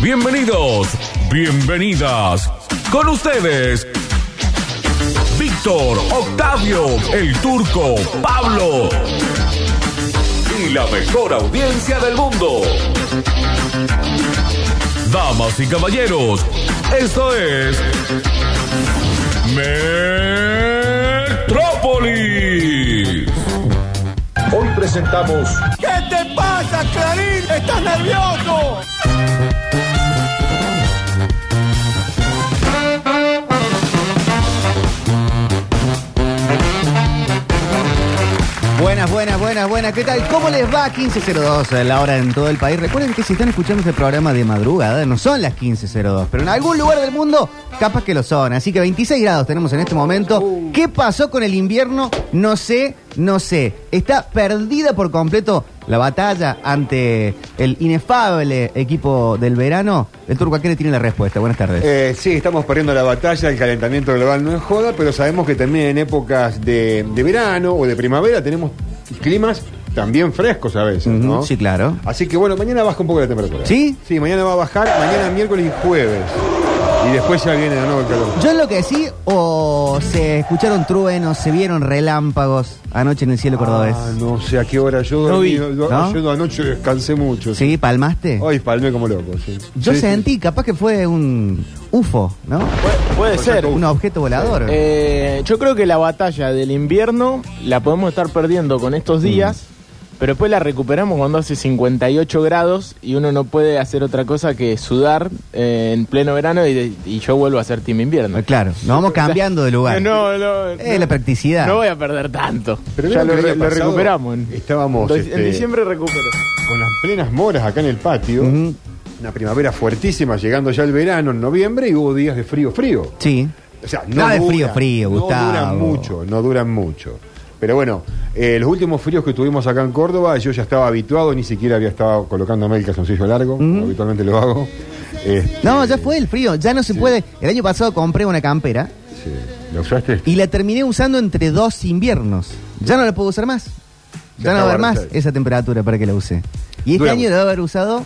Bienvenidos, bienvenidas. Con ustedes, Víctor, Octavio, el turco, Pablo y la mejor audiencia del mundo. Damas y caballeros, esto es Metrópolis. Hoy presentamos ¿Qué te pasa, Clarín? ¿Estás nervioso? Buenas, buenas, buenas, buenas. ¿Qué tal? ¿Cómo les va? 15.02 a la hora en todo el país. Recuerden que si están escuchando este programa de madrugada, no son las 15.02, pero en algún lugar del mundo capaz que lo son. Así que 26 grados tenemos en este momento. ¿Qué pasó con el invierno? No sé, no sé. Está perdida por completo la batalla ante el inefable equipo del verano. El turco aquí le tiene la respuesta. Buenas tardes. Eh, sí, estamos perdiendo la batalla, el calentamiento global no es joda, pero sabemos que también en épocas de, de verano o de primavera tenemos climas también frescos a veces, Ujú, ¿no? Sí, claro. Así que bueno, mañana baja un poco la temperatura. ¿Sí? Sí, mañana va a bajar, mañana miércoles y jueves. Y después ya viene de nuevo el calor. Yo en lo que sí, o se escucharon truenos, se vieron relámpagos anoche en el cielo cordobés. Ah, no sé a qué hora yo No dormí, vi, yo- ¿no? yo anoche descansé mucho. ¿Sí? ¿Palmaste? Hoy palmé como loco, sí. Yo Sí, sí. sentí, capaz que fue un UFO, ¿no? Puede, ser. Un objeto volador. Eh, yo creo que la batalla del invierno la podemos estar perdiendo con Mm. estos días, pero después la recuperamos cuando hace 58 grados y uno no puede hacer otra cosa que sudar eh, en pleno verano y, de- y yo vuelvo a ser team invierno. Ah, claro, nos vamos cambiando de lugar. No, no, Eh, no. la practicidad. No voy a perder tanto. Pero ya vieron lo, que el re- año lo pasado recuperamos. en- eh, estábamos, en este, diciembre recupero. con las plenas moras acá en el patio, Ujú. una primavera fuertísima, llegando ya el verano en noviembre y hubo días de frío, frío. Sí. O sea, no Nada de dura, frío, frío, no Gustavo. duran mucho, no duran mucho. Pero bueno, eh, los últimos fríos que tuvimos acá en Córdoba, yo ya estaba habituado, ni siquiera había estado colocándome el calzoncillo largo, como habitualmente lo hago. Este, No, ya fue el frío, ya no se puede. El año pasado compré una campera sí. ¿Lo usaste? y la terminé usando entre dos inviernos. Ya no la puedo usar más. Ya Ya no va a haber está más barato. esa temperatura para que la use. Y este Dura año mucho. la debo haber usado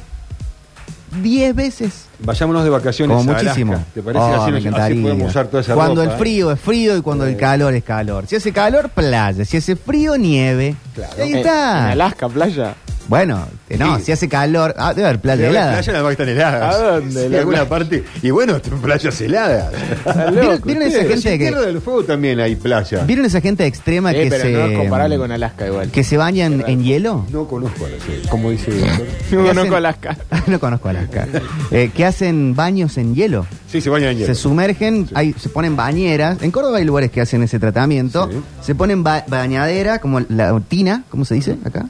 10 veces. Vayámonos de vacaciones Como a Alaska, muchísimo. ¿Te parece? Oh, así, me así encantaría. podemos usar toda esa Cuando ropa, el ¿eh? frío es frío y cuando el calor es calor. Si hace calor, playa. Si hace frío, nieve. Claro. Eh, Y Ahí En- Eh, En está. Alaska, playa. Bueno, eh, no, Sí. si hace calor. Ah, debe haber playa Pero las helada. playas las están heladas. ¿A dónde? Sí, La- alguna parte. Y bueno, playas heladas. ¿Vieron, loco, vieron Sí, esa pero si gente en Tierra que, del Fuego también hay playa. ¿Vieron esa gente extrema Eh, Ah, que pero se. no comparable con Alaska igual. que se bañan en hielo? No conozco a la ciudad, como dice el doctor. No ¿Qué conozco hacen? Alaska. no conozco Alaska. Eh, que hacen baños en hielo. Sí, se bañan en Se hielo. sumergen, hay- se ponen bañeras. En Córdoba hay lugares que hacen ese tratamiento. Sí. Se ponen ba- bañadera, como la tina, ¿cómo se dice acá?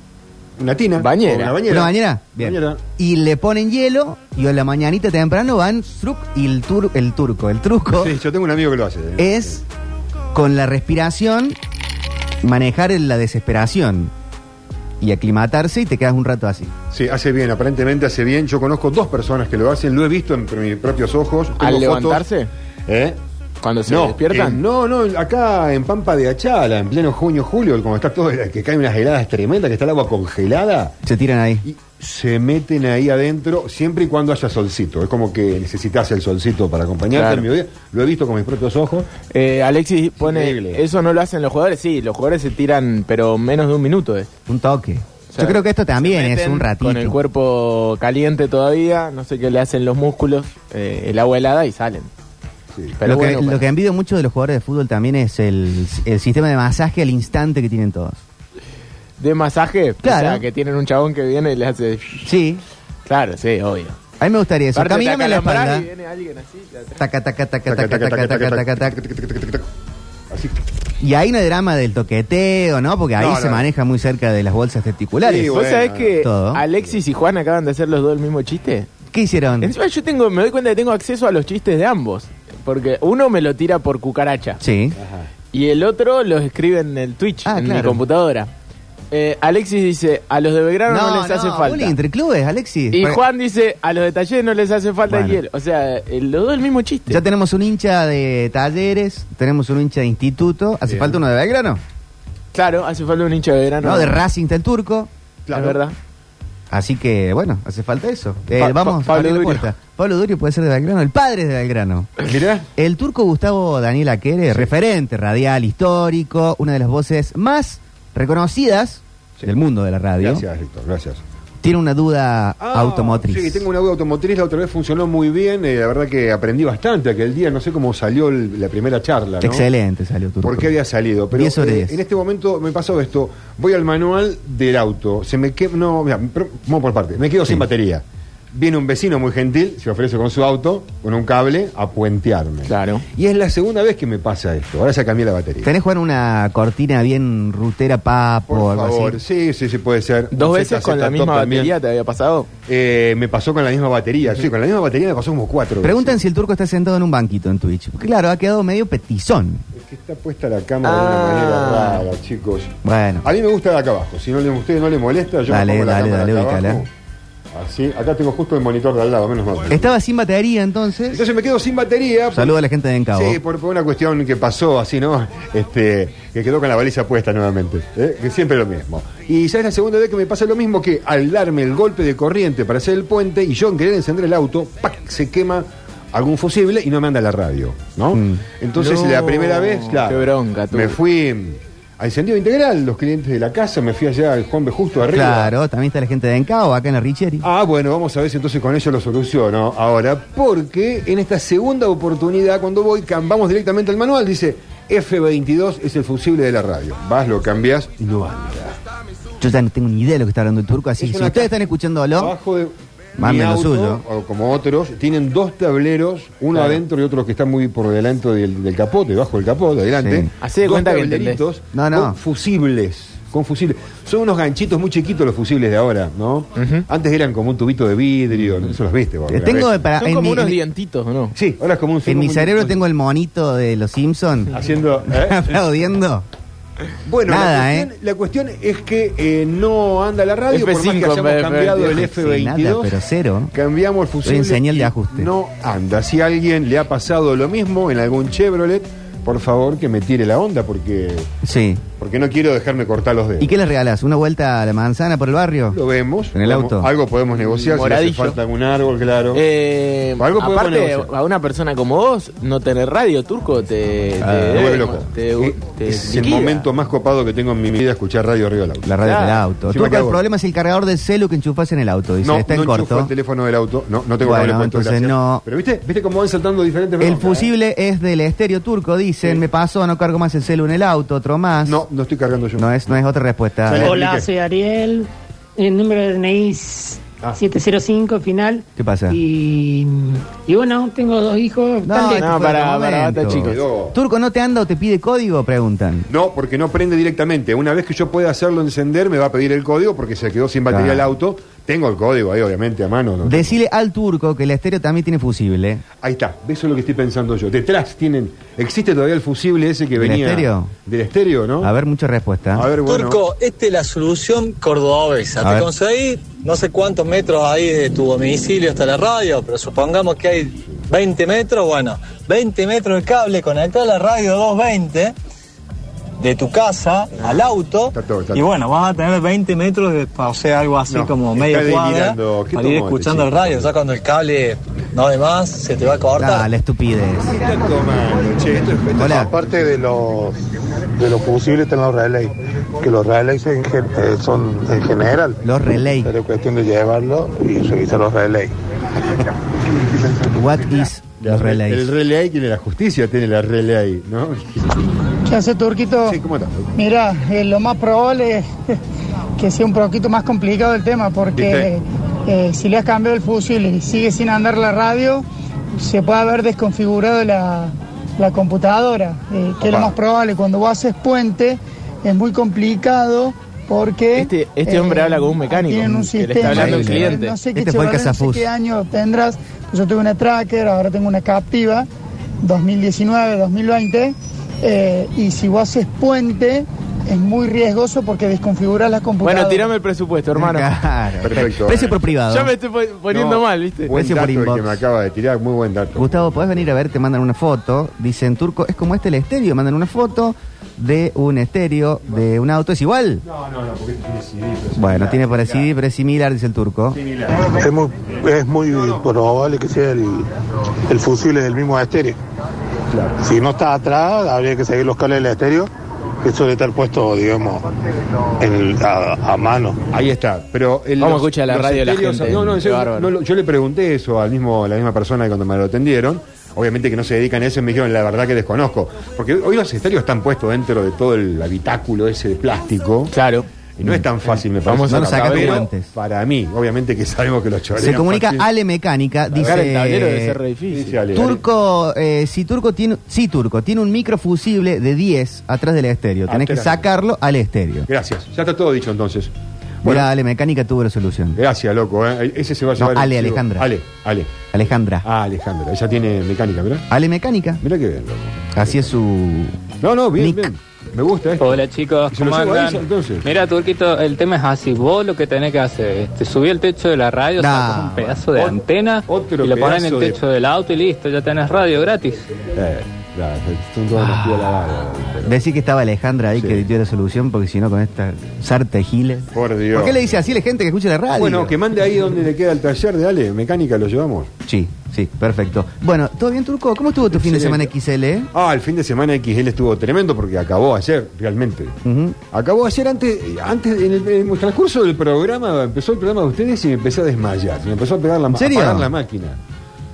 Una tina. Bañera. o Una bañera. ¿Una bañera? Bien. Bañera. Y le ponen hielo y en la mañanita temprano van truc y el, tur- el turco. El truco Sí, yo tengo un amigo que lo hace. ¿eh? es con la respiración manejar el- la desesperación y aclimatarse y te quedas un rato así. Sí, hace bien, aparentemente hace bien. Yo conozco dos personas que lo hacen, lo he visto en mis propios ojos. Tengo ¿Al fotos. levantarse? ¿Eh? Cuando se no, despiertan. eh, no, no, acá en Pampa de Achala, en pleno junio, julio, cuando está todo, que caen unas heladas tremendas, que está el agua congelada. Se tiran ahí. y se meten ahí adentro siempre y cuando haya solcito. Es como que necesitas el solcito para acompañarte Claro. en mi vida. Lo he visto con mis propios ojos. Eh, Alexis pone, Increíble. eso no lo hacen los jugadores, sí, los jugadores se tiran, pero menos de un minuto. eh. Un toque. O sea, Yo creo que esto también se es meten un ratito. Con el cuerpo caliente todavía, no sé qué le hacen los músculos, eh, el agua helada y salen. Sí. Pero lo, que, bueno, lo para- que envidio mucho de los jugadores de fútbol también es el, el sistema de masaje al instante que tienen todos. de masaje, Claro. o sea, que tienen un chabón que viene y les hace... Sí, Claro, sí, obvio. a mí me gustaría eso. Aparte te Camíname la acalambrás espalda. y viene alguien así, te atrás. Taca, taca, taca, Taca, taca, taca, taca, taca, taca, taca, taca. taca, taca, taca, taca. Así. Y ahí no hay drama del toqueteo, ¿no? Porque ahí No, se no. maneja muy cerca de las bolsas testiculares. Sí, ¿Vos bueno, sabés que todo. Alexis y Juan acaban de hacer los dos el mismo chiste? ¿Qué hicieron? Encima yo tengo, me doy cuenta que tengo acceso a los chistes de ambos. Porque uno me lo tira por cucaracha. Sí. Y el otro los escribe en el Twitch, Ah, en mi claro. computadora. Eh, Alexis dice, a los de Belgrano no, les hace bullying falta. entre clubes, Alexis. Y Para- Juan dice, a los de Talleres no les hace falta Bueno. hielo. O sea, eh, los dos el mismo chiste. Ya tenemos un hincha de talleres, tenemos un hincha de instituto. ¿Hace Bien. falta uno de Belgrano? Claro, hace falta un hincha de verano. No, de Racing está el turco. Claro. Es verdad. Así que, bueno, hace falta eso. Eh, Pa- vamos, Pa- Pablo abrir la Durio. puerta. Pablo Durio puede ser de Belgrano, el padre de Belgrano. Mirá. El turco Gustavo Daniel Aquere, referente radial histórico, una de las voces más reconocidas Sí. del mundo de la radio. Gracias, Héctor, gracias. Tiene una duda Ah, automotriz. Sí, tengo una duda automotriz, la otra vez funcionó muy bien, eh, la verdad que aprendí bastante aquel día, no sé cómo salió el- la primera charla. ¿no? Excelente salió turco. ¿Por qué había salido? Pero 10 sobre eh, 10. en este momento me pasó esto, voy al manual del auto, se me quema, no, mira, pero vamos por parte, me quedo sin batería. Viene un vecino muy gentil, se ofrece con su auto, con un cable, a puentearme. Claro. Y es la segunda vez que me pasa esto, ahora ya cambié la batería. ¿Tenés, Juan, una cortina bien rutera papo por o algo favor, así? sí, sí, sí, puede ser. ¿Dos Un veces ZZ con la Top misma también. batería te había pasado? Eh, me pasó con la misma batería, sí, con la misma batería me pasó como cuatro. Preguntan veces. si el turco está sentado en un banquito en Twitch. Porque, claro, ha quedado medio petizón. Es que está puesta la cámara de una Ah. manera rara, chicos. Bueno. A mí me gusta de acá abajo. Si no le, ustedes no le molesta, yo Dale, me pongo la dale, cámara dale, acá ubicala. abajo. Así, acá tengo justo el monitor de al lado, menos mal. Estaba sin batería entonces. Entonces me quedo sin batería. Saludo a la gente de Encabo. Sí, por, por una cuestión que pasó así, ¿no? Este, que quedó con la baliza puesta nuevamente. ¿eh? Que siempre lo mismo. Y ya es la segunda vez que me pasa lo mismo que al darme el golpe de corriente para hacer el puente y yo en querer encender el auto, ¡pac! se quema algún fusible y no me anda la radio, ¿no? Mm. Entonces No, la primera vez, claro, qué bronca, tú. me fui a incendio integral, los clientes de la casa, me fui allá al Juan B. Justo arriba. Claro, también está la gente de Encabo, acá en la Richeri. Ah, bueno, vamos a ver si entonces con ello lo soluciono ahora, porque en esta segunda oportunidad, cuando voy, cambiamos directamente al manual, dice F22 es el fusible de la radio. Vas, lo cambias y no anda. Yo ya no tengo ni idea de lo que está hablando el turco, así Es que si una ustedes ca- están escuchándolo, Abajo de mi Manden lo auto, suyo. o como otros, tienen dos tableros, uno Claro. adentro y otro que está muy por delante del, del capote, bajo el capote, adelante. Sí. Hacé de Dos cuenta que tableritos entendés. No, no. Con fusibles. Con fusibles. Son unos ganchitos muy chiquitos los fusibles de ahora, ¿no? Antes eran como un tubito de vidrio, eso los viste. vos, eh, alguna tengo vez. para. Son en como mi- unos en mi- dientitos, ¿o ¿no? Sí, ahora es como un en mi un- cerebro un- tengo el monito de los Simpsons Haciendo. ¿eh? aplaudiendo. bueno, Nada, la, cuestión, la cuestión es que eh, no anda la radio, por más que F5, hayamos pe- cambiado pe- el sí, F22. nada, pero cero. Cambiamos el fusible. En señal de y ajuste. No anda. Si a alguien le ha pasado lo mismo en algún Chevrolet, por favor que me tire la onda, porque, Sí. porque no quiero dejarme cortar los dedos. ¿Y qué les regalás? ¿Una vuelta a la manzana por el barrio? Lo vemos. ¿En el podemos- auto? Algo podemos negociar. Si le hace Moradillo. falta algún árbol, claro. Eh, Algo podemos aparte, negociar. a una persona como vos, no tener radio turco te. te, Ah, Me debe- vuelve loco. eh, Eh, te- te es el liquida. momento más copado que tengo en mi vida escuchar radio arriba del auto. La radio Claro. del auto. Sí, Turco, me acabo. el problema es el cargador del celu que enchufás en el auto. Dice, No, está no en enchufo corto. el teléfono del auto. No, no tengo Bueno, cable puesto, entonces gracias. no. Pero viste, viste cómo van saltando diferentes El broncas, eh? fusible es del estéreo turco, dicen. Me pasó, no cargo más el celu en el auto, otro más. No, no estoy cargando yo. No es, no es otra respuesta. Sale. Hola, Enrique. soy Ariel. El número de DNI es Ah. 705 final. ¿Qué pasa? Y, y bueno, tengo dos hijos. No, Tal vez- este no, fue para- otro para momento. basta, chicos. Turco, ¿no te anda o te pide código? Preguntan. No, porque no prende directamente. Una vez que yo pueda hacerlo encender, me va a pedir el código porque se quedó sin batería Claro. el auto. Tengo el código ahí, obviamente, a mano. ¿no? Decile al turco que el estéreo también tiene fusible. Ahí está, eso es lo que estoy pensando yo. Detrás tienen. Existe todavía el fusible ese que ¿Del venía. estéreo? Del estéreo, ¿no? A ver, muchas respuestas. A ver, bueno. Turco, esta es la solución cordobesa. A ver. Te conseguí no sé cuántos metros ahí de tu domicilio hasta la radio, pero supongamos que hay 20 metros, bueno, 20 metros de cable conectado a la radio 220 de tu casa al auto Está todo, está y todo. bueno vas a tener 20 metros de o sea algo así No, como está media cuadra delirando. ¿Qué para ir tomó este escuchando el chico? radio ya cuando el cable no de más se te va a cortar Dale, estupidez. Está tomando, che, esto es- esto es- Hola. Aparte de los de los fusibles están los relays, que los relays en gen- eh, son en general. Los relay. Pero es cuestión de llevarlo y revisar los relays. What is los El relays? relay tiene la justicia, tiene la relay, ¿no? ¿Qué hace Turquito? Sí, ¿cómo está? Mira, eh, lo más probable es que sea un poquito más complicado el tema, porque eh, si le has cambiado el fusible y sigue sin andar la radio, se puede haber desconfigurado la, la computadora, eh, que es lo Opa. más probable. Cuando vos haces puente, es muy complicado. Porque eh, Este- este hombre habla como un mecánico, tienen un que le está sistema, hablando al no cliente. sé qué Este fue el Chevrolet, no sé Cazafus. qué año tendrás? Pues Yo tuve una Tracker, ahora tengo una Captiva, 2019, 2020. eh, y si vos haces puente, es muy riesgoso porque desconfiguras las computadoras. Bueno, tirame el presupuesto, hermano. Claro. Perfecto. Precio por privado. Ya me estoy po- poniendo No, mal, ¿viste? Buen Precio por dato el inbox. que me acaba de tirar, muy buen dato. Gustavo, podés venir a ver, te mandan una foto. Dicen turco, es como este el estéreo, mandan una foto. de un estéreo, de un auto, es igual. No, no, no, porque este tiene CD. pero es Bueno, similar, tiene para similar, CD, pero es similar, dice el turco. similar. Es muy, es muy probable que sea el, el fusible del mismo estéreo. Si no está atrás, habría que seguir los cables del estéreo. que suele estar puesto, digamos, en el- a, a mano. Ahí está, pero el, Vamos a escuchar la radio de la estéreos- gente, No, no, en serio, qué bárbaro. no, lo- yo le pregunté eso al mismo, a la misma persona que cuando me lo atendieron. Obviamente que no se dedican a eso y me dijeron la verdad que desconozco. Porque hoy los estéreos están puestos dentro de todo el habitáculo ese de plástico. Claro. Y no es tan fácil, me parece. Vamos a Pero sacar pero guantes. Para mí, obviamente que sabemos que los chorean. Se comunica fácil. Ale Mecánica, Sacar el tablero debe dice... ser re difícil. Dice Ale, Ale. Turco, eh, si Turco tiene, sí, Turco, tiene un microfusible de 10 atrás del estéreo. Tenés que Atrás. sacarlo al estéreo. Gracias, ya está todo dicho entonces. Bueno, Mira, Ale Mecánica tuvo la solución. gracias, loco. ¿eh? Ese se va a No, llevar. el Ale, chivo. Alejandra. Ale, Ale. Alejandra. Ah, Alejandra. Ella tiene mecánica, ¿verdad? Ale Mecánica. Mira que bien, loco. Así es su... No, no, bien, Nick. bien. Me gusta esto. Hola chicos, ¿Y se lo ¿cómo llevo a andan? ella, entonces? Mira Turquito, el tema es así, vos lo que tenés que hacer es te subí al techo de la radio, Nah. sacas un pedazo de Ot- antena otro y lo pones en pedazo el de- techo del auto y listo, ya tenés radio gratis. Eh, claro, son todas las tías lavadas, pero- Decir que estaba Alejandra ahí Sí. que dio la solución, porque si no, con esta sarta de giles. Por Dios. ¿Por qué le dice así a la gente que escucha la radio? Bueno, que mande ahí donde le queda el taller de Ale, mecánica, lo llevamos. Sí, sí, perfecto. Bueno, ¿todo bien, Turco? ¿Cómo estuvo tu fin de semana Excelente. XL? eh? Ah, el fin de semana XL estuvo tremendo porque acabó ayer, realmente. Ujú. Acabó ayer antes, antes en el, en el transcurso del programa, empezó el programa de ustedes y me empecé a desmayar. Me empezó a pegar la, ma- a ¿Serio? apagar la máquina.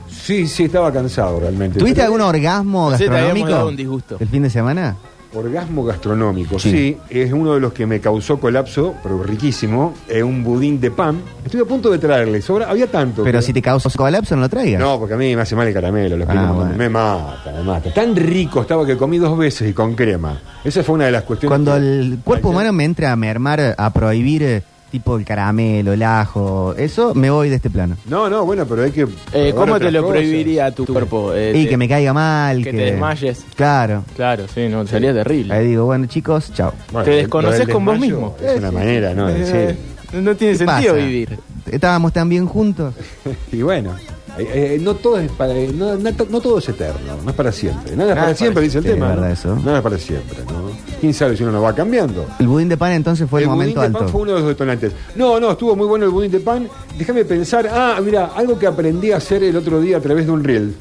Sí, sí, estaba cansado realmente. ¿Tuviste Pero- algún orgasmo Sí, te habíamos gastronómico? dado un disgusto. ¿El fin de semana? Orgasmo gastronómico, Sí. sí. es uno de los que me causó colapso, pero riquísimo. Es un budín de pan. Estoy a punto de traerle. Sobra, había tanto. Pero si te causó colapso, no lo traigas. No, porque a mí me hace mal el caramelo, lo Ah, explico. bueno. Me mata, me mata. Tan rico estaba que comí dos veces y con crema. Esa fue una de las cuestiones. Cuando que- el cuerpo Ay, humano me entra a mermar, a prohibir eh, tipo el caramelo, el ajo, eso, me voy de este plano. No, no, bueno, pero hay que. Eh, probar ¿Cómo te otras lo cosas. prohibiría tu cuerpo? Eh, y te- que me caiga mal. que te desmayes. Claro. Claro, sí, no, sería terrible. Ahí digo, bueno, chicos, chao. Eh, Bueno, Te lo desconoces del con vos desmayo Ah, mismo. Es una manera, ¿no? En Eh, serio. no tiene ¿Qué sentido pasa? vivir. Estábamos tan bien juntos. Y bueno, eh, eh, no, todo es para- eh, no, no to- no todo es eterno, no es para siempre. Nada es para siempre, dice el siempre, tema. es verdad ¿no? eso. Nada es para siempre, ¿no? Quién sabe si uno no va cambiando. El budín de pan entonces fue el, budín momento de pan alto. fue uno de los detonantes. No, no, estuvo muy bueno el budín de pan. Déjame pensar, ah, mira, algo que aprendí a hacer el otro día a través de un reel.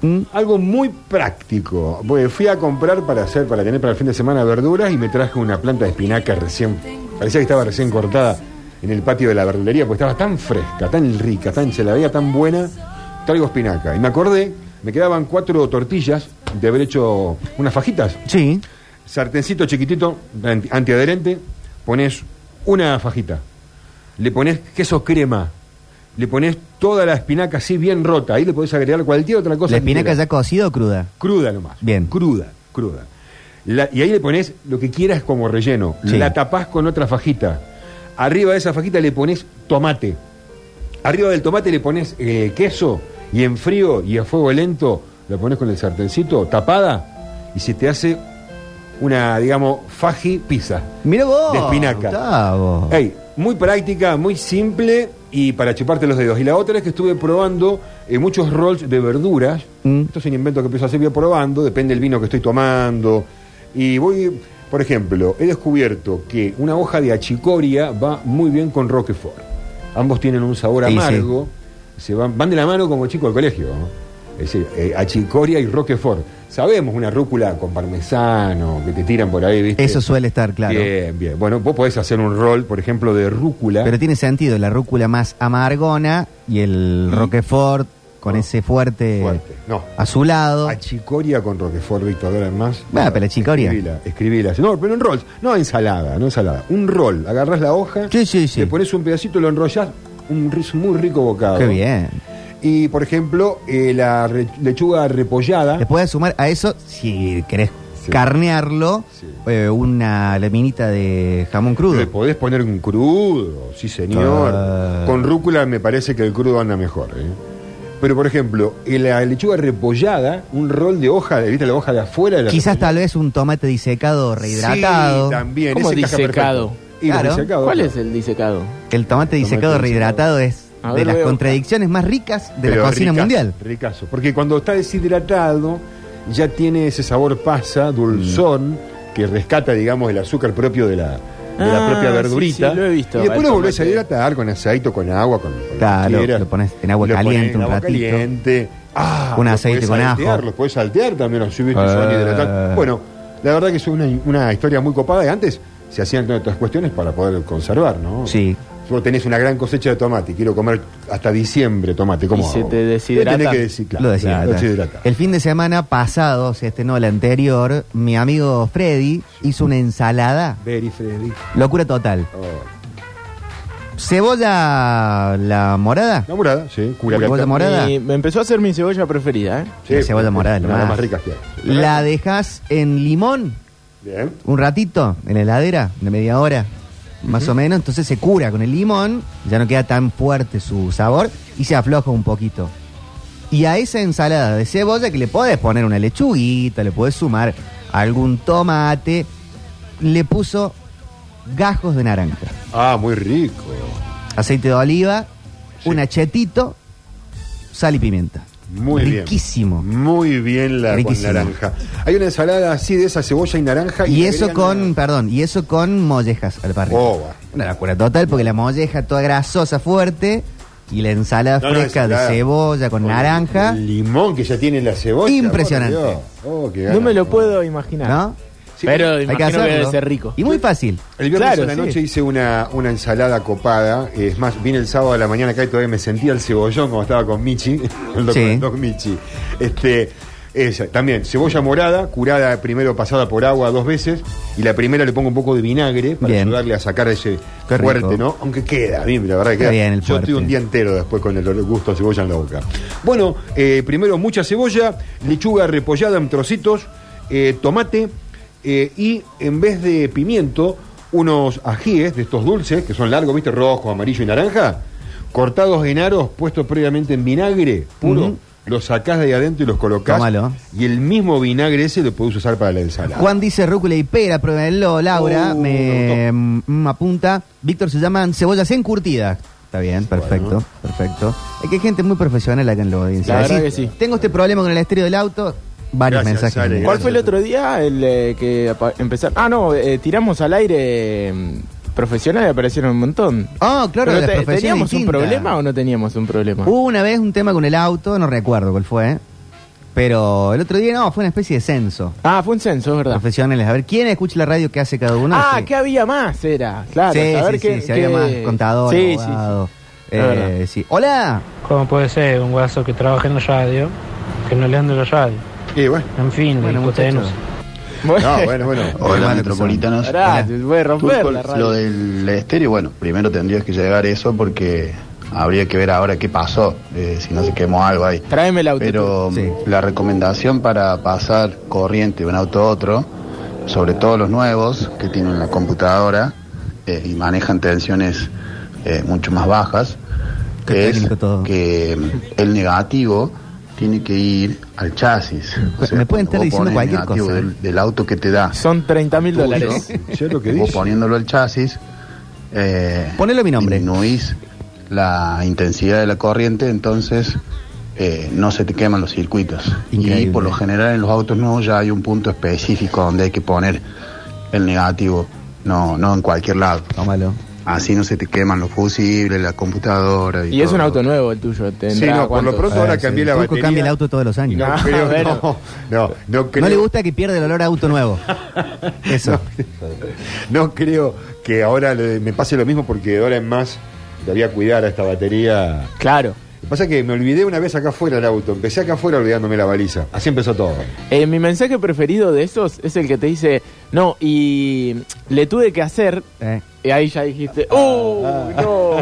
¿Mm? Algo muy práctico. Bueno, fui a comprar para hacer, para tener para el fin de semana verduras y me traje una planta de espinaca recién. Parecía que estaba recién cortada en el patio de la verdulería, porque estaba tan fresca, tan rica, tan se la veía tan buena. Traigo espinaca. Y me acordé, me quedaban cuatro tortillas de haber hecho unas fajitas. Sí. Sartencito chiquitito, anti- antiadherente, pones una fajita, le pones queso crema, le pones toda la espinaca así bien rota, ahí le podés agregar cualquier otra cosa. ¿La espinaca entera. ya cocida o cruda? Cruda nomás. Bien. Cruda, cruda. La- y ahí le pones lo que quieras como relleno. Sí. La tapás con otra fajita. Arriba de esa fajita le pones tomate. Arriba del tomate le pones eh, queso y en frío y a fuego lento la pones con el sartencito tapada y se te hace una, digamos, faji pizza. Mira vos. De espinaca. Gustavo. Ey, muy práctica, muy simple y para chuparte los dedos. Y la otra es que estuve probando eh, muchos rolls de verduras. Mm. Esto es un invento que empiezo a hacer, voy probando, depende del vino que estoy tomando. Y voy, por ejemplo, he descubierto que una hoja de achicoria va muy bien con Roquefort. Ambos tienen un sabor Y sí. amargo, se van, van de la mano como chico al colegio. ¿no? Es decir, eh, achicoria y Roquefort. Sabemos una rúcula con parmesano que te tiran por ahí, ¿viste? Eso suele estar claro. Bien, bien. Bueno, vos podés hacer un rol, por ejemplo, de rúcula. Pero tiene sentido, la rúcula más amargona y el Roquefort con ese fuerte, Mm. Fuerte, no. azulado. Achicoria con Roquefort, Víctor, ahora más. Bueno, Ah, pero achicoria. Escribila, escribila. No, pero en rolls. No ensalada, no ensalada. Un rol. Agarrás la hoja, Sí, sí, sí. le pones un pedacito, lo enrollás, un ris- muy rico bocado. Qué bien. Y, por ejemplo, eh, la re- lechuga repollada. Le puedes sumar a eso, si querés Sí. carnearlo, Sí. eh, una laminita de jamón Le crudo. podés poner un crudo, sí señor. Ah. Con rúcula me parece que el crudo anda mejor. ¿eh? Pero por ejemplo, en la lechuga repollada, un rol de hoja, ¿viste la hoja de afuera? De la Quizás repollada? tal vez un tomate disecado, rehidratado. Sí, también. ¿Cómo ese encaja disecado? perfecto. Y los Claro. disecados, ¿Cuál ¿no? es el disecado? El tomate disecado, disecado. rehidratado es A de las ver, voy a buscar. contradicciones más ricas de Pero la cocina ricazo, mundial. Ricazo. Porque cuando está deshidratado, ya tiene ese sabor pasa, dulzón, Mm. que rescata, digamos, el azúcar propio de la, de la Ah, propia sí, verdurita. sí, lo he visto. Y después El lo volvés a tomate. hidratar con aceite, con agua, con. lo que Claro, quieras. lo pones en agua Lo ponés caliente en un agua ratito. caliente. Ah, Un lo aceite podés con ajo. saltear, Lo puedes saltear también, lo subís, lo llevas a hidratar. Ah. Bueno, la verdad que es una, una historia muy copada. Y antes se hacían todas estas cuestiones para poder conservar, ¿no? Sí. Si vos tenés una gran cosecha de tomate y quiero comer hasta diciembre tomate, ¿cómo Y se hago? te deshidrata. Tenés que decir, claro, Lo decía. claro, Nata. lo deshidrata. El fin de semana pasado, o sea, este no, el anterior, mi amigo Freddy hizo una ensalada. Very Freddy. Locura total. Oh. Cebolla la morada. La morada, sí. Curacata. Cebolla morada. Y me empezó a hacer mi cebolla preferida, ¿eh? Sí, la cebolla morada, Una lo de las más. más ricas que hay. La dejas en limón Bien. un ratito, en la heladera, de media hora, más o menos. Entonces se cura con el limón, ya no queda tan fuerte su sabor y se afloja un poquito. Y a esa ensalada de cebolla que le podés poner una lechuguita, le podés sumar algún tomate, le puso gajos de naranja, Ah, muy rico. aceite de oliva, un achetito, sal y pimienta. Muy Riquísimo. bien. Muy bien la Riquísimo. con naranja. Hay una ensalada así de esa cebolla y naranja. Y le eso agregan- con, perdón, y eso con mollejas al parrilla. Oh, va. Una locura total, porque la molleja toda grasosa, fuerte, y la ensalada No, no, fresca ensalada. de cebolla con, naranja, el Limón que ya tiene la cebolla. Impresionante. por Dios. Oh, qué No ganas, me lo puedo imaginar. ¿no? Sí, Pero Hay que imagino que, hacerlo. debe ser rico. Y muy fácil. El viernes Claro, a la sí. noche hice una, una ensalada copada. Es más, vine el sábado a la mañana acá y todavía me sentía el cebollón como estaba con Michi, el doctor, Sí. el doc Michi. Este, esa, también, cebolla morada, curada primero pasada por agua dos veces. Y la primera le pongo un poco de vinagre para Bien. ayudarle a sacar ese Qué rico. fuerte, ¿no? Aunque queda, bien, la verdad que Está queda. bien el Yo estoy fuerte. un día entero después con el olor- gusto a cebolla en la boca. Bueno, eh, primero mucha cebolla, lechuga repollada en trocitos, eh, tomate eh, y en vez de pimiento, unos ajíes de estos dulces, que son largos, ¿viste? Rojo, amarillo y naranja, cortados en aros, puestos previamente en vinagre puro. Ujú. Los sacás de ahí adentro y los colocás. Tómalo. Y el mismo vinagre ese lo podés usar para la ensalada. Juan dice rúcula y pera, pruébenlo, Laura, Uh, me mm, apunta. Víctor se llaman cebollas encurtidas. Está bien, perfecto, perfecto. Es que hay gente muy profesional acá en la audiencia. La Decís, verdad que sí. Tengo este problema con el estéreo del auto, varios Gracias, mensajes. Ale, me ¿Cuál gracias. fue el otro día el eh, que apa- empezar? Ah, no, eh, tiramos al aire mm, profesional y aparecieron un montón. Ah, claro, Pero las te- profesiones ¿Teníamos distintas. Uh. un problema o no teníamos un problema? Hubo una vez un tema con el auto, no recuerdo cuál fue, pero el otro día no, fue una especie de censo. ah, fue un censo, es verdad. Profesionales, a ver, ¿quién escucha la radio que hace cada uno? ah, Sí. que había más, era. Claro, Sí, saber sí, qué- sí, si había qué- más contador, Sí, sí, sí. abogado, Es eh, verdad. sí. Hola, ¿Cómo puede ser un guaso que trabaja en la radio, que no le anda la radio? Y Eh, bueno. En fin, Bueno, ustedes muchachos. No, bueno, bueno. Hola, Hola, metropolitanos. metropolitanos. Pará, te voy a romper la radio. Lo del estéreo, bueno, primero tendrías que llegar eso porque habría que ver ahora qué pasó, eh, si no se quemó algo ahí. Tráeme el auto. Pero mm, Sí. la recomendación para pasar corriente de un auto a otro, sobre todo los nuevos que tienen la computadora eh, y manejan tensiones eh, mucho más bajas, Qué es técnico todo. que mm, el negativo tiene que ir al chasis. Me pueden cuando estar vos diciendo pones el cualquier negativo cosa, ¿eh? Del, del auto que te da. Son 30 mil tuyo, dólares. Yo lo que vos dije. poniéndolo al chasis, eh, Ponelo mi nombre. Disminuís la intensidad de la corriente, entonces eh, no se te queman los circuitos. Increíble. Y por lo general en los autos nuevos ya hay un punto específico donde hay que poner el negativo, no, no en cualquier lado. tómalo. Así no se te queman los fusibles, la computadora. Y, y es un todo. auto nuevo el tuyo. Sí, Tendrá no, por lo cuántos? pronto Ah, ahora sí. cambié la Turco batería. cambia el auto todos los años. No, Ah, creo, bueno. no, no, no creo. No le gusta que pierda el olor a auto nuevo. Eso. No creo que ahora le- me pase lo mismo porque de ahora en más debía cuidar a esta batería. Claro. Lo que pasa es que me olvidé una vez acá afuera del auto. Empecé acá afuera olvidándome la baliza. Así empezó todo. Eh, mi mensaje preferido de esos es el que te dice, no, y le tuve que hacer, Eh. y ahí ya dijiste, Ah. ¡Uh! ¡No!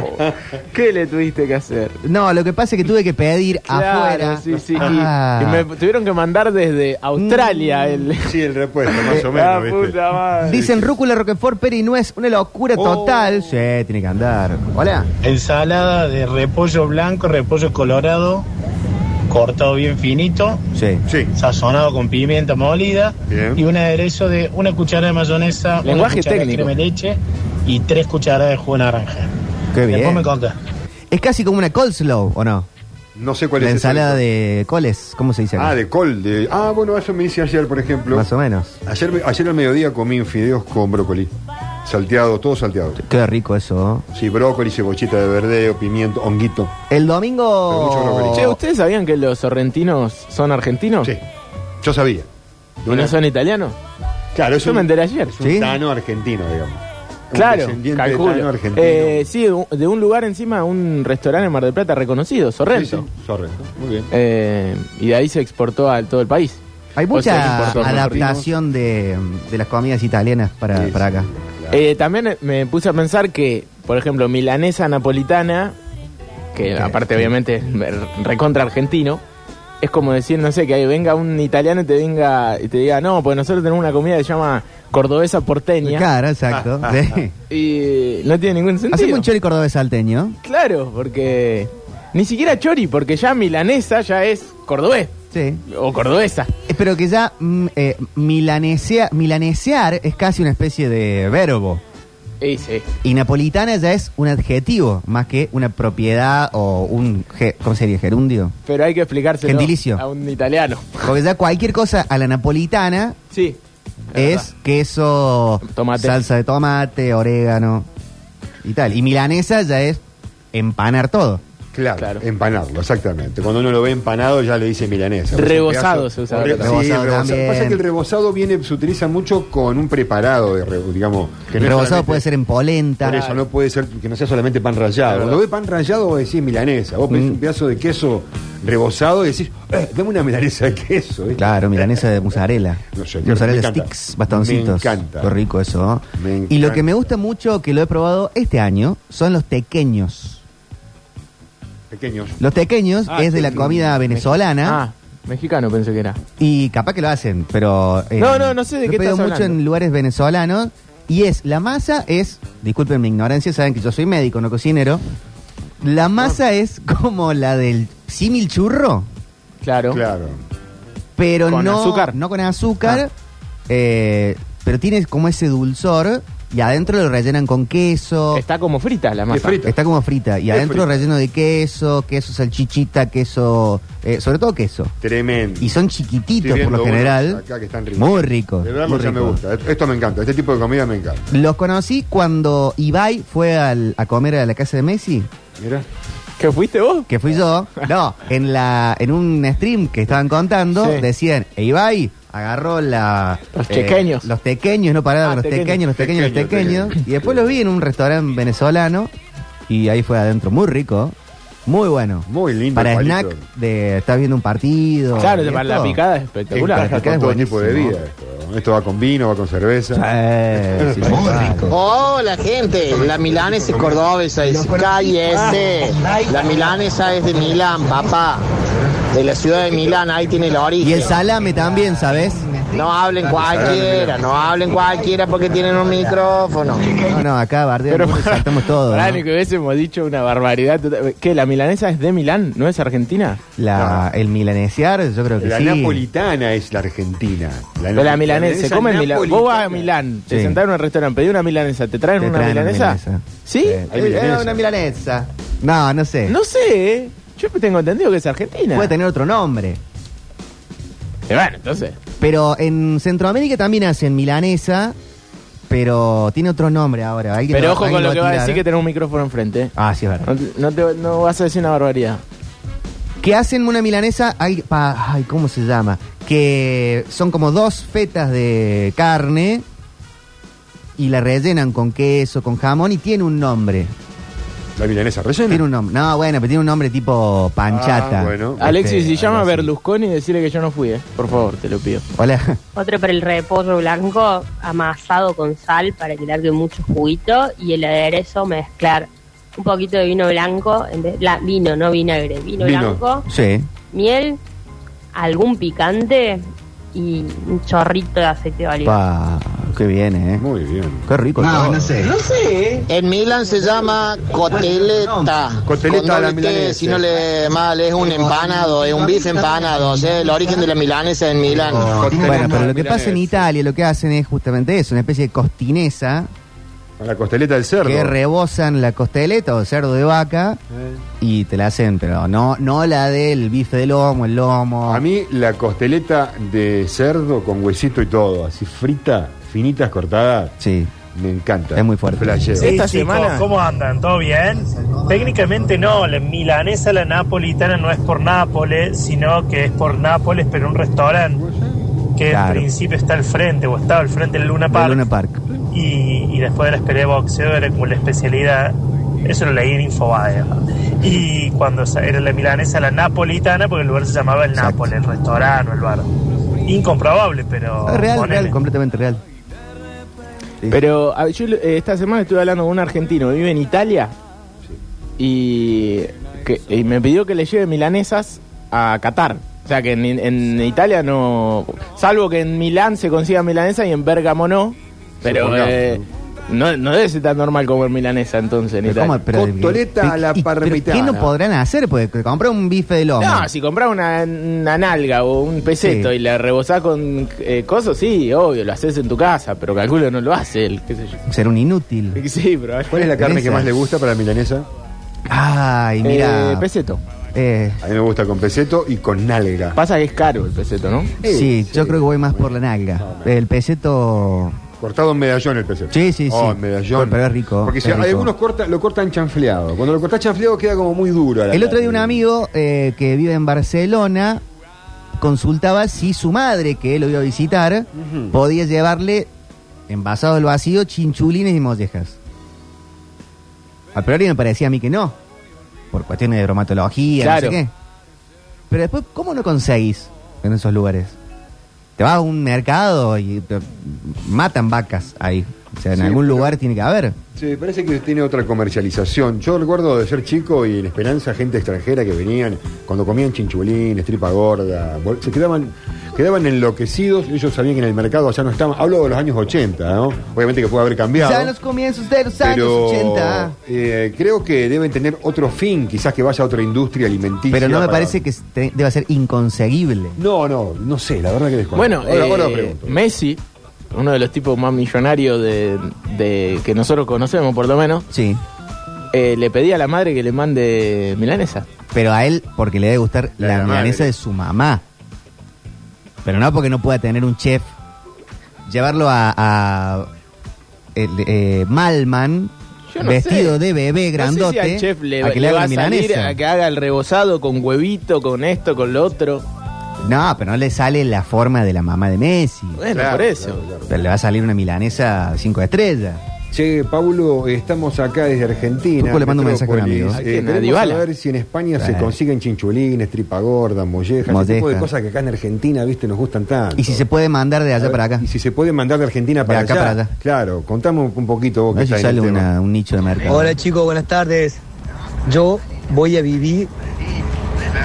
¿Qué le tuviste que hacer? No, lo que pasa es que tuve que pedir afuera. Claro, sí, sí. y- Ah. Y, me tuvieron que mandar desde Mm. Australia el... Sí, el repuesto, más o La menos. ¿viste? puta madre. Dicen rúcula, roquefort, pera y nuez. Una locura Oh. total. Sí, tiene que andar. Hola. Ensalada de repollo blanco, repollo colorado, cortado bien finito, Sí. Sí, sazonado con pimienta molida Bien. y un aderezo de una cuchara de mayonesa, Lenguaje una cuchara técnico. de crema de leche y tres cucharadas de jugo de naranja. Qué Después bien. me contás. Es casi como una coleslaw, ¿o no? No sé cuál la es esa ensalada de coles, ¿cómo se dice? acá? Ah, de col. De... Ah, bueno, eso me hice ayer, por ejemplo. Más o menos. Ayer, me- ayer al mediodía comí fideos con brócoli. Salteado, todo salteado. Qué rico eso. Sí, brócoli, cebollita de verdeo, pimiento, honguito. El domingo. Che, ¿ustedes sabían que los sorrentinos son argentinos? Sí. Yo sabía. ¿Y no son italianos? Claro, es Yo un- me enteré ayer. Es un tano argentino, digamos. Un Claro, descendiente de tano calculo. argentino. Eh, sí, de un- de un lugar encima, un restaurante en Mar del Plata reconocido, Sorrento. Sí, sí, Sorrento, muy bien. Eh, y de ahí se exportó a todo el país. Hay O mucha sea, que importó a nosotros. adaptación de, de las comidas italianas para, para acá. Eh, también eh, me puse a pensar que, por ejemplo, milanesa napolitana, que aparte obviamente es re- recontra argentino, es como decir, no sé, que ahí venga un italiano y te venga y te diga, no, pues nosotros tenemos una comida que se llama cordobesa porteña. Claro, exacto. sí. Y no tiene ningún sentido. Hacemos un chori cordobés salteño. Claro, porque ni siquiera chori, porque ya milanesa ya es cordobés Sí. o cordobesa. Eh, Pero que ya mm, eh, milanesea- milanesear es casi una especie de verbo. Y sí. Y napolitana ya es un adjetivo, más que una propiedad o un. ge- ¿Cómo sería? Gerundio. Pero hay que explicárselo Gentilicio. a un italiano. Porque ya cualquier cosa a la napolitana Sí. es queso, Tomate. salsa de tomate, orégano y tal. Y milanesa ya es empanar todo. Claro, empanarlo, exactamente. Cuando uno lo ve empanado ya le dice milanesa. Rebozado se usa usa. ahora sí, el también. rebozado. también. Pasa que el rebozado viene, se utiliza mucho con un preparado, de, re- digamos. Que El no es rebozado solamente- puede ser en polenta. Por eso no puede ser que no sea solamente pan rallado. Cuando ve pan rallado vos decís milanesa. Vos pedís un pedazo de queso rebozado y decís, eh, dame una milanesa de queso. ¿viste? Claro, milanesa de mozzarella. No sé, me mozzarella encanta. sticks, bastoncitos. Me encanta. Qué rico eso. ¿no? Me Y lo encanta. que me gusta mucho, que lo he probado este año, son los tequeños. Pequeños. Los tequeños Ah, es de la tequeño. comida venezolana. Ah, mexicano pensé que era. Y capaz que lo hacen, pero... eh, No, no, no sé de lo qué he pedido estás mucho hablando. en lugares venezolanos. Y es, la masa es, disculpen mi ignorancia, saben que yo soy médico, no cocinero. La masa es como la del símil churro, Claro. Claro. pero Con no, azúcar. Ah. no con azúcar. eh, pero tiene como ese dulzor y adentro lo rellenan con queso. Está como frita la masa. frita. Está como frita. Y Es adentro frita. relleno de queso, queso salchichita, queso... eh, sobre todo queso. Tremendo. Y son Estoy chiquititos por lo viendo general. unos acá que están ricos. Muy ricos. De verlo muy ya me ricos. gusta. Esto me encanta. Este tipo de comida me encanta. Los conocí cuando Ibai fue al- a comer a la casa de Messi, Mira. ¿Qué fuiste vos? que fui yo. No, en la en un stream que estaban contando, Sí. decían, "E Ibai agarró la... eh, Los tequeños. Los tequeños, no paraba, Ah, los tequeños. tequeños, los tequeños, los Tequeños, tequeños. Y después los vi en un restaurante venezolano y ahí fue adentro, muy rico, muy bueno. Muy lindo. Para el palito. snack de estás viendo un partido. Claro, y para la esto. picada es espectacular. Encaja acá con es todo tipo de buenísimo. vida. Esto. Esto va con vino, va con cerveza. Eh, sí, sí, claro. Hola gente, la milanesa es cordobesa, es Ah, cállese. La milanesa es de Milán, papá. De la ciudad de Milán, ahí tiene el Y el origen. salame también, ¿sabes? No hablen cualquiera, no hablen cualquiera porque tienen un micrófono. No, no, acá Pero bardeamos, saltamos todo. Pará, ¿no? ni que hubiésemos dicho una barbaridad. total. ¿Qué? ¿La milanesa es de Milán? ¿No es argentina? La, el milanesear, yo creo que La sí. napolitana es la argentina. La, De la milanesa. Se come en Milán. Vos vas a napolitana. Milán, te Sí. sentás en un restaurante, pedí una milanesa, ¿te traen Te una traen una milanesa? milanesa. ¿Sí? Eh, Hay eh, milanesa. una milanesa. No, no sé. No sé, ¿eh? Yo tengo entendido que es argentina. Puede tener otro nombre. Eh, bueno, entonces. Pero en Centroamérica también hacen milanesa, pero tiene otro nombre ahora. Alguien Pero ojo con alguien lo que va a decir que tirar. ¿eh? tenés un micrófono enfrente. ¿eh? Ah, sí, es verdad. No, te- no te- no vas a decir una barbaridad. Que hacen una milanesa, ay, pa- ay, ¿cómo se llama? Que son como dos fetas de carne y la rellenan con queso, con jamón y tiene un nombre. La milanesa Tiene rellena. un nombre. No, bueno, pero tiene un nombre tipo panchata. Ah, bueno. Alexis, si llama a algo así. Berlusconi, decirle que yo no fui, ¿eh? Por favor, te lo pido. Hola. Otro para el repollo blanco amasado con sal para que largue mucho juguito y el aderezo mezclar un poquito de vino blanco, en vez- la, vino, no vinagre, vino, Vino. blanco, Sí. miel, algún picante y un chorrito de aceite de oliva. Pa, qué bien, eh. Muy bien. Qué rico. todo. No sé. En Milán se llama coteleta. Coteleta Con doble a la T, milanesa. Si no le mal, es un empanado, es un bife empanado. O sea, el origen de la milanesa en Milán. Coteleta Ah, Bueno, pero lo que milanesa. pasa en Italia, lo que hacen es justamente eso, una especie de costinesa Con la costeleta del cerdo. Que rebosan la costeleta o cerdo de vaca y te la hacen, pero no, no la del bife de lomo, el lomo. A mí la costeleta de cerdo con huesito y todo, así frita, finitas cortadas. Sí. Me encanta. Es muy fuerte. Flasheo. Sí, chicos, ¿Cómo andan? ¿Todo bien? Técnicamente no, la milanesa, la napolitana no es por Nápoles, sino que es por Nápoles, pero un restaurante que Claro. en principio está al frente o estaba al frente del Luna Park. Del Luna Park. Y, y después de la pelea de boxeo era como la especialidad, eso lo leí en Infobae. ¿no? Y cuando sa- era la milanesa, la napolitana, porque el lugar se llamaba el Nápoles, el restaurante o el bar. Incomprobable, pero... Es real, ponele. real, completamente real. Pero a- yo eh, esta semana estuve hablando con un argentino que vive en Italia y, que, y me pidió que le lleve milanesas a Qatar. O sea que en, en Italia no. Salvo que en Milán se consiga milanesa y en Bérgamo no. Pero Supongamos. eh, no, no debe ser tan normal comer milanesa entonces en ¿Cómo? Italia. Pero- pero- y- pero ¿Qué no podrán hacer? Porque comprar un bife de lomo. No, si comprás una, una nalga o un peseto Sí. y la rebozás con eh, cosas, sí, obvio, lo haces en tu casa, pero calculo no lo hace él, qué sé yo. Ser un inútil. Sí, pero ¿Cuál es la carne que más le gusta para la milanesa? Ay, mira. Eh, peseto. Eh, A mí me gusta con peseto y con nalga. Pasa que es caro el peseto, ¿no? sí, yo creo que voy más por la nalga. El peseto. Cortado en medallón el peseto. Sí, sí, sí. Oh, en medallón. Pero- pero es rico, Porque si es rico. algunos corta, lo cortan chanfleado. Cuando lo cortas chanfleado queda como muy duro. la El otro carne. día un amigo eh, que vive en Barcelona consultaba si su madre, que lo iba a visitar, podía llevarle, envasado al vacío, chinchulines y mollejas. Al priori me parecía a mí que no, por cuestiones de bromatología, Claro. no sé qué. Pero después, ¿cómo no conseguís en esos lugares? Te vas a un mercado y te- matan vacas ahí. O sea, en Sí, algún pero- lugar tiene que haber. Sí, me parece que tiene otra comercialización. Yo recuerdo de ser chico y en Esperanza gente extranjera que venían, cuando comían chinchulines, tripa gorda, bol- se quedaban, quedaban enloquecidos. Ellos sabían que en el mercado allá no estaban. Hablo de los años 80, ¿no? Obviamente que puede haber cambiado. Ya en los comienzos de los años pero 80. eh, creo que deben tener otro fin, quizás que vaya a otra industria alimenticia. Pero no me para- parece que te- deba ser inconseguible. No, no, no sé, la verdad que desconozco. Bueno, ahora, eh, ahora lo pregunto. Messi, uno de los tipos más millonarios de, de- que nosotros conocemos, por lo menos, Sí. eh, le pedí a la madre que le mande milanesa. Pero a él porque le debe gustar la, de la milanesa madre. de su mamá. Pero no porque no pueda tener un chef. Llevarlo a, a- el, eh, Malman, Yo no vestido sé. de bebé grandote, No sé si al chef le, a que le, le haga va a la salir milanesa. a que haga el rebozado con huevito, con esto, con lo otro. No, pero no le sale la forma de la mamá de Messi. Bueno, por eso. Pero le va a salir una milanesa cinco estrellas. Che, Paulo, estamos acá desde Argentina. Turco, le mando un mensaje a un Metrópolis. amigo. Eh, ¿A quién? ¿A queremos Dybala? saber si en España se Claro. consiguen chinchulines, tripa gorda, mollejas, ese tipo de Mollejas. cosas que acá en Argentina, viste, nos gustan tanto. Y si se puede mandar de allá para acá. Y si se puede mandar de Argentina De para acá allá. para allá. Claro, contame un poquito A vos que ver si estás en el sale tema. una- un nicho de mercado. Hola chicos, buenas tardes. Yo voy a vivir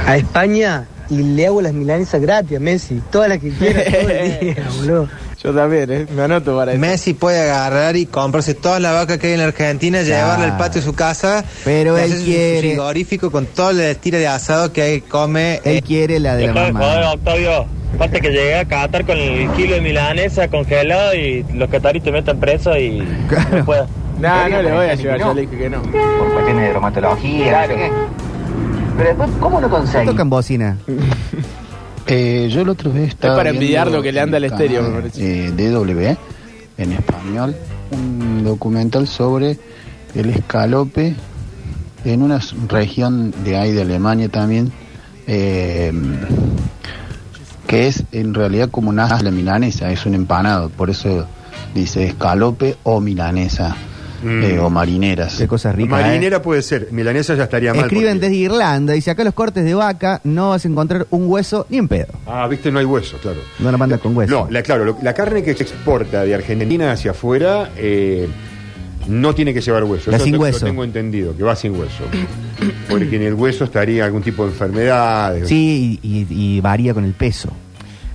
a España y le hago las milanesas gratis a Messi, todas las que quiera, todo el día, boludo. Yo también, ¿eh? me anoto para eso. Messi puede agarrar y comprarse todas las vacas que hay en la Argentina, llevarla al patio de su casa. Pero le él hace su quiere- frigorífico con toda la tira de asado que él come. Él quiere la de la Estoy mamá. joder, Eh, Octavio. Falta que llegué a Qatar con el kilo de milanesa congelado y los qataris te meten preso y no puedo. No, no le voy a llevar, yo le dije que no. Por cuestiones de bromatología, Pero después, ¿cómo lo conseguís? Tocan bocina. Eh, yo la otra vez estaba para viendo envidiar lo que le anda al en estéreo, canal, me eh, DW, en español, un documental sobre el escalope en una s- región de ahí de Alemania también, eh, que es en realidad como una la milanesa, es un empanado, por eso dice escalope o milanesa Mm. eh, o marineras. Qué cosas ricas. ¿eh? Marinera puede ser, milanesa ya estaría mal. Escriben desde Irlanda, dice acá los cortes de vaca no vas a encontrar un hueso ni en pedo. porque- Ah, viste, no hay hueso, claro. No la mandas con hueso. No, la, claro, lo- la carne que se exporta de Argentina hacia afuera eh, no tiene que llevar hueso. Va Eso sin te- lo hueso. tengo entendido, que va sin hueso. Porque en el hueso estaría algún tipo de enfermedad. Sí, y, y- y varía con el peso.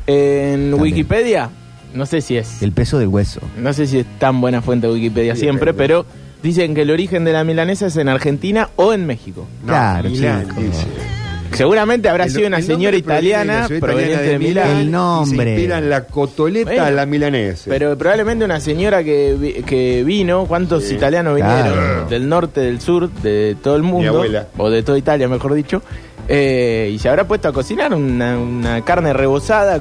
En También. Wikipedia, no sé si es. El peso del hueso. No sé si es tan buena fuente de Wikipedia Sí, siempre, depende. pero dicen que el origen de la milanesa es en Argentina o en México. claro, Milán, chico. dice. Seguramente habrá sido una señora italiana proveniente de, Milán. El nombre. y se inspira en la cotoleta Bueno. a la milanesa. Pero probablemente una señora que, vi- que vino, ¿cuántos italianos vinieron? Claro. Del norte, del sur, de todo el mundo. abuela. O de toda Italia, mejor dicho. Eh, y se habrá puesto a cocinar una, una carne rebozada.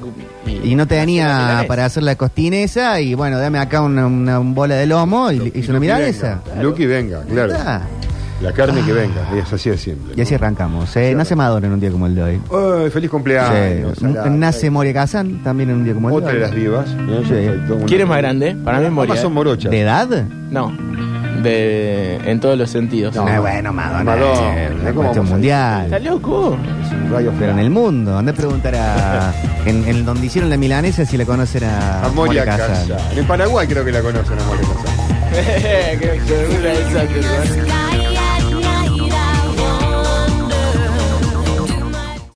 Y no tenía para hacer la costinesa y bueno, dame acá una, una- un bola de lomo y le- hizo una milanesa. Lucky venga, claro. Ah. La carne que venga, y es así de simple. Y así arrancamos. eh. Nace Madonna en un día como el de hoy. Ay, feliz cumpleaños. Sí. Sara. Nace Moria Kazan también en un día como el de hoy. Otra de las vivas. ¿no? Sí. Perfecto, una- ¿Quién es más grande? Para mí es Moria. Ambas son ¿eh? morochas. ¿De edad? No. De, en todos los sentidos. No, Ah, bueno, Madonna. Madonna, eh, una ¿cómo cuestión vamos a- ¿Está mundial. loco? Rayos Pero en el mundo, anda a preguntar a. En, en donde hicieron la milanesa si la conocen a, A Moria Kazan. Casa. En Paraguay creo que la conocen a Moria Casa. Qué- qué- qué- qué-